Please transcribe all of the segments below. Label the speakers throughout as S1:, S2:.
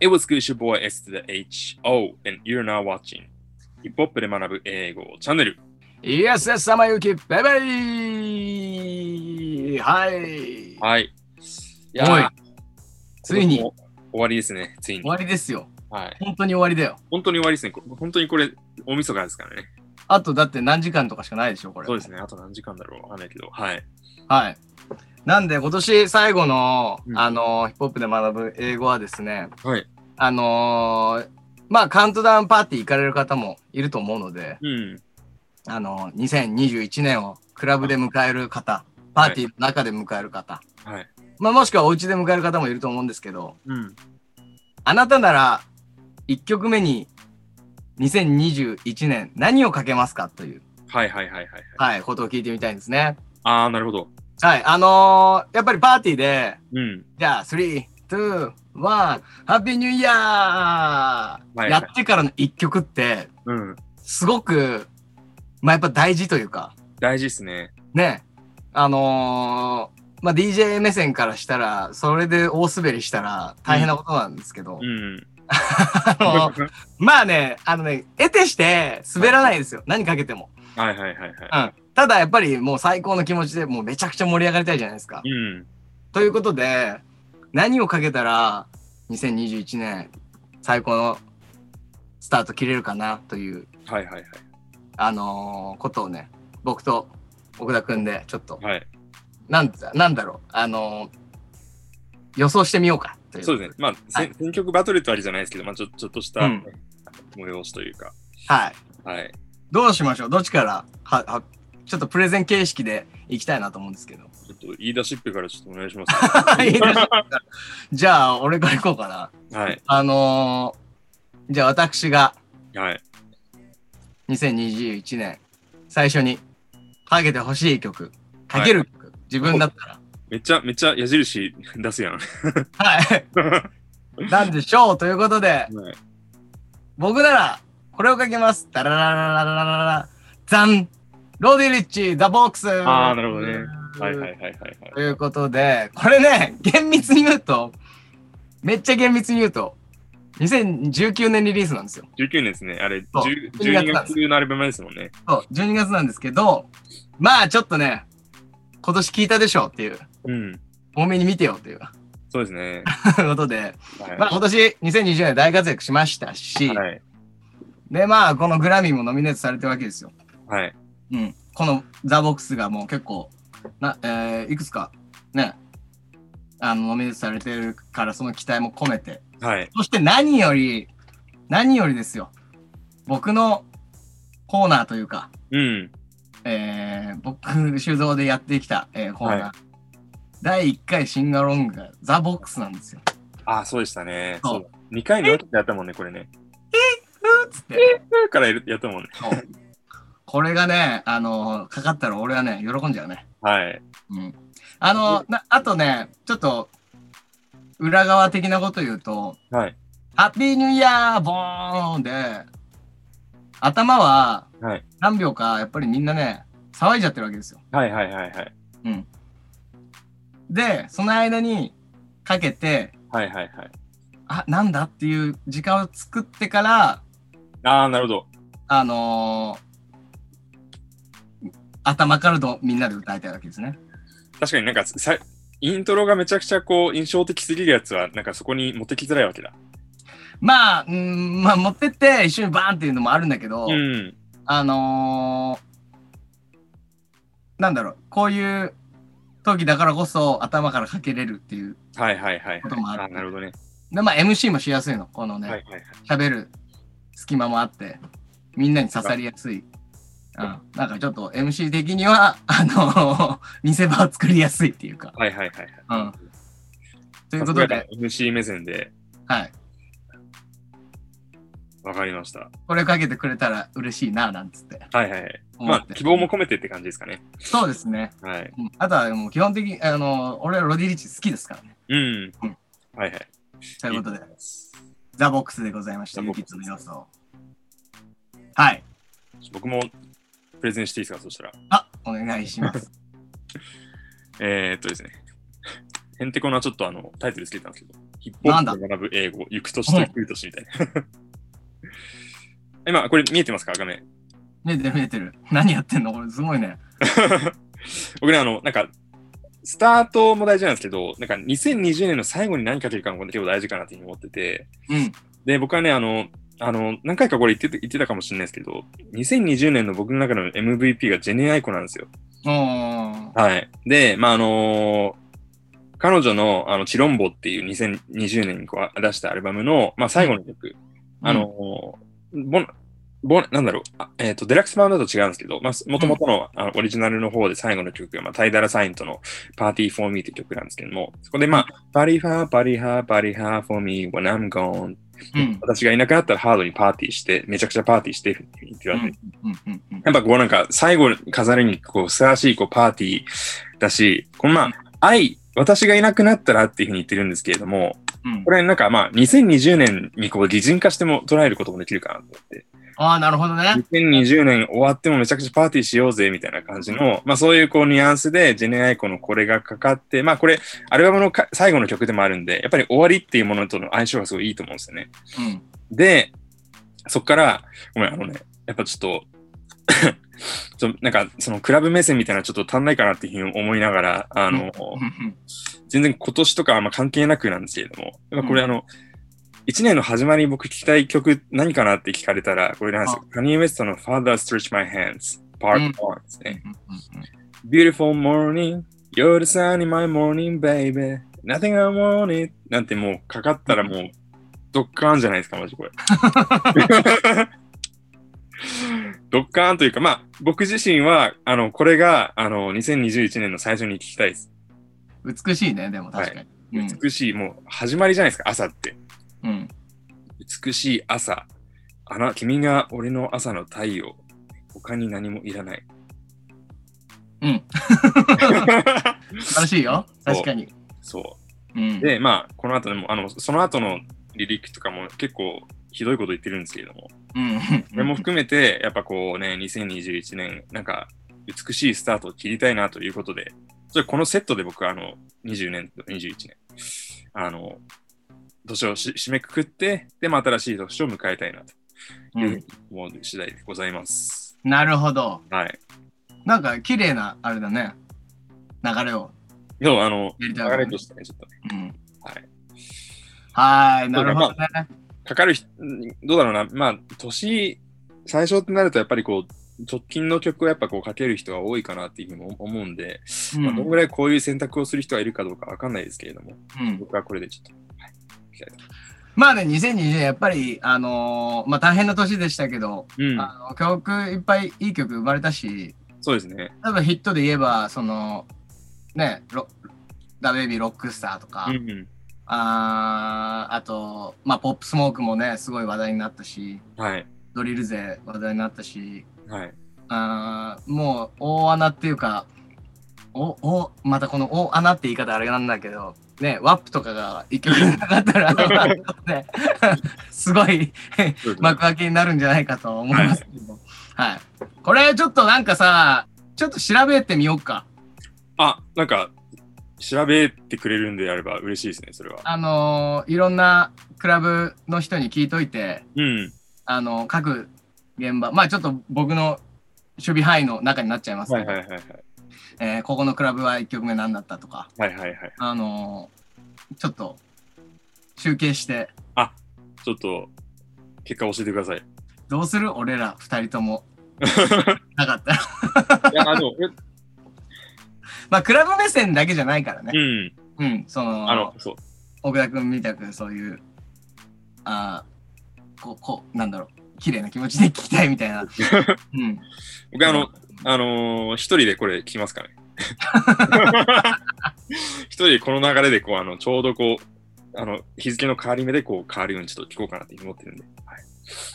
S1: It was good, your boy S to the H O, and you're now watching ヒップホップで学ぶ英語チャンネル。
S2: ESS 様ゆきベベイはい。
S1: はい。いや
S2: おい
S1: ー、
S2: ついに
S1: これも
S2: 終
S1: 終わりですね、ついに。
S2: わりですよ。
S1: はい。
S2: 本当に終わりだよ。
S1: 本当に終わりですね。こ本当にこれ、大晦日ですからね。
S2: あとだって何時間とかしかないでしょ、これ。
S1: そうですね。あと何時間だろうわかんないけど。はい。
S2: はい。なんで今年最後の、
S1: うん
S2: あのヒップホップで学ぶ英語はですね、
S1: はい。
S2: あのーまあカウントダウンパーティー行かれる方もいると思うので、
S1: うん。
S2: あの2021年をクラブで迎える方、パーティーの中で迎える方、
S1: はい。
S2: まあ、もしくはお家で迎える方もいると思うんですけど、
S1: うん。
S2: あなたなら1曲目に2021年何をかけますかという、
S1: はいはいはいはい。はい、
S2: はい、ことを聞いてみたいんですね。
S1: ああ、なるほど。
S2: はい、あのーやっぱりパーティーで、
S1: うん。
S2: じゃあ、3、2、1、ハッピーニューイヤー、
S1: いはい
S2: やってからの1曲って、
S1: うん。
S2: すごく、まあ、やっぱ大事というか、
S1: 大事ですね。
S2: ね、あのーまあ、DJ 目線からしたら、それで大滑りしたら大変なことなんですけど、
S1: うん。
S2: あのー
S1: はい
S2: まあね、あのね、得てして滑らないですよ。何かけても。
S1: はいはいはい。
S2: うん。ただやっぱりもう最高の気持ちでもうめちゃくちゃ盛り上がりたいじゃないですか。
S1: うん。
S2: ということで、何をかけたら2021年最高のスタート切れるかなという、
S1: はいはいはい。
S2: あのーことをね、僕と奥田くんでちょっと、
S1: はい。
S2: なんだ、なんだろう、あのー予想してみようかという。
S1: そうですね。まあ、せん選曲バトルとありじゃないですけど、まあ、ちょちょっとした、
S2: うん
S1: 催しというか。
S2: はい。
S1: はい。
S2: どうしましょうどっちからはは、ちょっとプレゼン形式でいきたいなと思うんですけど。
S1: ちょっと言い出しっぺからちょっとお願いします。
S2: はいいいですかじゃあ、俺から行こうか な。
S1: はい。
S2: あのーじゃあ私が
S1: はい。
S2: 2021年、最初にかけてほしい曲、かける曲、自分だったら。
S1: めっちゃ、めっちゃ矢印出すやん。 は
S2: はい。 なんでしょうということで、
S1: い。
S2: 僕ならこれをかけます。ダララララララララ、ザンロディ・リッチ、ザ・ボックス
S1: あーなるほどねはいはいはいはいはい。
S2: ということで、これね、厳密に言うと、めっちゃ厳密に言うと、2019年リリースなんですよ。
S1: 19年ですね。あれ、
S2: そう
S1: 10 12
S2: 12
S1: 月のアルバムですもんね。
S2: そう、12月なんですけど、まあちょっとね、今年聞いたでしょっていう、
S1: うん。
S2: 多めに見てよっていう
S1: そうですね。
S2: ことで、
S1: はい。
S2: まあ今年2020年大活躍しましたし、
S1: はい。
S2: でまあこのグラミーもノミネートされてるわけですよ。
S1: はい。
S2: うん。このザ・ボックスがもう結構、な、えーいくつかね、あの、ノミネートされてるからその期待も込めて、
S1: はい。
S2: そして何より、何よりですよ。僕のコーナーというか、
S1: うん。
S2: えー、僕、修造でやってきた、えーコーナー。
S1: は
S2: 第1回シンガロングがザ・ボックスなんですよ。
S1: あ、そうでしたね。
S2: そ
S1: そうう。2回に分けてやったもんね、これね。
S2: ふーっつって。
S1: からやるやったもんね。
S2: そうこれがね、あのーかかったら俺はね、喜んじゃうね。
S1: はい。
S2: うん。あのーなあとね、ちょっと、裏側的なこと言うと、
S1: はい。
S2: ハッピーニューイヤーボーンで、頭は
S1: はい
S2: 何秒かやっぱりみんなね、騒いじゃってるわけですよ。
S1: はいはいはいはい。
S2: うん。で、その間にかけて、
S1: はいはいはい。
S2: あ、なんだっていう時間を作ってから、
S1: ああ、なるほど。
S2: あのー頭からどみんなで歌いたいわけですね。
S1: 確かになんかさ、イントロがめちゃくちゃこう印象的すぎるやつは、なんかそこに持ってきづらいわけだ。
S2: まあ、うん、まあ持ってって一緒にバーンっていうのもあるんだけど、
S1: うん。
S2: あのーなんだろう、こういう時だからこそ頭からかけれるっていう。
S1: はいはいはい。
S2: こともある
S1: あなるほどね。
S2: で、まあ MC もしやすいの。この
S1: はいはい
S2: ね、
S1: はい。
S2: 喋、る隙間もあって、みんなに刺さりやすい。うん、なんかちょっと MC 的には、あの ー見せ場を作りやすいっていうか。
S1: はいはいはいはい。
S2: うん。と
S1: と
S2: いうことで、。
S1: MC 目線で
S2: はい。
S1: わかりました。
S2: これかけてくれたら嬉しいな、なんつって
S1: はいはいはい。
S2: 思
S1: ま
S2: って。
S1: あ、希望も込めてって感じですかね。
S2: そうですね。
S1: はい。
S2: うんあとはもう基本的に、あのー俺はロディリッチ好きですからね。
S1: うん
S2: うん。
S1: はいはい。
S2: ということで
S1: い。ます
S2: ザ・ボックスでございました。
S1: ザ
S2: ユ
S1: ボッ
S2: キ
S1: ク
S2: ッ
S1: ス
S2: ズの予想。はい。
S1: 僕もプレゼンしていいですか、そしたら。
S2: あ、お願い します。
S1: えー、っとですね。へんてこなちょっとあのタイトルつけたんですけど、ヒップホップを学ぶ英語、行く年と行く年みたいな。 今、これ見えてますか画面。
S2: 見えてる見えてる。何やってんのこれすごいね。
S1: 僕ね、あの、なんか、スタートも大事なんですけど、なんか2020年の最後に何かけるかも結構大事かなっていうふうに思ってて、
S2: うん。
S1: で、僕はね、あの、あの、何回かこれ言ってて言ってたかもしれないですけど、2020年の僕の中の MVP がジェネアイコなんですよ。
S2: おー。
S1: はい。で、まあ、あのー彼女の、あの、チロンボっていう2020年にこう出したアルバムの、まあ、最後の曲、あのーボン、ボン、なんだろう、あえっ、と、デラックス版だと違うんですけど、まあ、もともとのあのオリジナルの方で最後の曲が、まあ、タイダラサインとのパーティーフォーミーって曲なんですけども、そこで、まあ、パリハー、パリハー、パリハー、フォーミー、when I'm gone。
S2: うん、うん。
S1: 私がいなくなったらハードにパーティーして、めちゃくちゃパーティーして、って言ってた
S2: うん
S1: で
S2: ん。うん。うん。
S1: やっぱこうなんか最後に飾るにこうふさわしいこうパーティーだし、このまあ愛、私がいなくなったらっていうふうに言ってるんですけれども、
S2: うん
S1: こ。れなんかまあ2020年にこう擬人化しても捉えることもできるかなと思って、
S2: ああ、なるほどね。
S1: 2020年終わってもめちゃくちゃパーティーしようぜみたいな感じの、まあそういうこうニュアンスでジェネアイコのこれがかかって、まあこれアルバムのか最後の曲でもあるんで、やっぱり終わりっていうものとの相性がすごいいいと思うんですよね。
S2: うん。
S1: で、そっから、ごめん、あのね、やっぱちょっと、 ちょなんかそのクラブ目線みたいなちょっと足んないかなっていうふうに思いながら、あの、
S2: うん
S1: 全然今年とかあんま関係なくなんですけれども、やっぱこれ
S2: う
S1: あの、一年の始まりに僕聞きたい曲何かなって聞かれたら、これなんですよ。カニエ・ウェストの Father Stretch My Hands Part 1ですね。Beautiful morning, you're the sun in my morning, baby. Nothing I want it. なんてもうかかったらもうドッカーンじゃないですか、マジこれ。ドッカーンというか、まあ僕自身はあのこれがあの2021年の最初に聞きたいです。
S2: うん美しいね、でも確かに。うん
S1: 美しい、もう始まりじゃないですか、朝って。
S2: うん。
S1: 美しい朝。あな君が俺の朝の太陽。他に何もいらない。
S2: うん。素晴らしいよ。確かに。
S1: そう。
S2: うん。
S1: で、まあ、この後でも、あの、その後のリリックとかも結構ひどいこと言ってるんですけれども、
S2: うん。
S1: それも含めて、やっぱこうね、2021年、なんか、美しいスタートを切りたいなということで、それこのセットで僕は、あの、20年と21年、あの、年をし締めくくって、で、まあ、新しい年を迎えたいなと
S2: う
S1: い
S2: ん
S1: う思う次第でございます。
S2: なるほど。
S1: はい。
S2: なんか綺麗な、あれだね。流れを
S1: でも、あの、
S2: やりたい
S1: 流
S2: わ
S1: れ
S2: ね
S1: としてね、ちょっとね、
S2: うん
S1: はい。
S2: はーい、なるほどね。
S1: かかる人、うんどうだろうな、まあ、年、最初ってなると、やっぱりこう、直近の曲をやっぱこうかける人が多いかなっていうふうに思思うんで、
S2: うん
S1: まあ、どのぐらいこういう選択をする人がいるかどうかわかんないですけれども、
S2: うん
S1: 僕はこれでちょっと、はい、いきたいと
S2: まあね、2020年、やっぱり、あのーまあ大変な年でしたけど、
S1: うん、
S2: あの曲いっぱいいい曲生まれたし、
S1: そうですね。
S2: 多分ヒットで言えば、その、ね、ロダベイビーロックスターとか、
S1: うん、
S2: あーあと、まあ、ポップスモークもね、すごい話題になったし、
S1: はい、
S2: ドリル勢話題になったし、
S1: はい、
S2: あーもう大穴っていうか、お、お、またこの大穴って言い方あれなんだけど、ね、ワップとかが一曲なかった ら、ね、すごい
S1: そうですね
S2: 幕開けになるんじゃないかと思いますけど、はい。これちょっとなんかさ、ちょっと調べてみようか。
S1: あ、なんか、調べてくれるんであれば嬉しいですね、それは。
S2: あのーいろんなクラブの人に聞いといて、
S1: うん、
S2: あのー各現場、まあちょっと僕の守備範囲の中になっちゃいます
S1: は
S2: け
S1: い
S2: ど、
S1: はいはいはい。
S2: えーここのクラブは1曲目何だったとか、
S1: はいはいはい。
S2: あのーちょっと集計して、
S1: ちょっと、結果教えてください。
S2: どうする俺ら2人 とも。なかったら。
S1: いや、でも、
S2: まあ、クラブ目線だけじゃないから
S1: う
S2: ね。
S1: ん、
S2: うん、その、
S1: あの、そう。
S2: 奥田君みたくそういう、あーこう、こう、なんだろう、綺麗な気持ちで聞きたいみたい な。うん。
S1: 僕、あの、あのー、一人でこれ聞きますかね。 一人でこの流れでこうあのちょうどこうあの日付の変わり目でこう変わるようにちょっと聞こうかなって思ってるんで。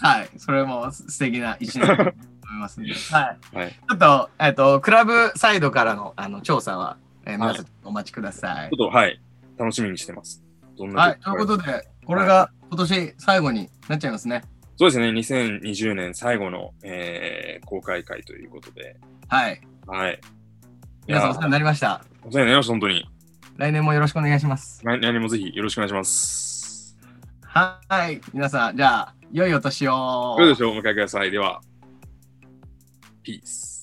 S1: はい、
S2: はい、それも素敵な一年だと思いますね。はい、
S1: はい
S2: ちょっと、えっ、と、クラブサイドからの、あの、調査は、えー皆さんお待ちください
S1: ちょっ。とはい、楽しみにしてます。どんな
S2: はい、と
S1: 曲
S2: いう
S1: が
S2: ことで、これが今年最後になっちゃいますね。
S1: そうですね、2020年最後の、えー公開会ということで。
S2: はい、
S1: はい。い
S2: 皆さんお
S1: や
S2: 世話になりました。
S1: お世話になりました、本当に。
S2: 来年もよろしくお願いします。
S1: 来年もぜひよろしくお願いします。
S2: はい。皆さん、じゃあ、良いお年を。
S1: どうでしょうお迎えください。では、ピース。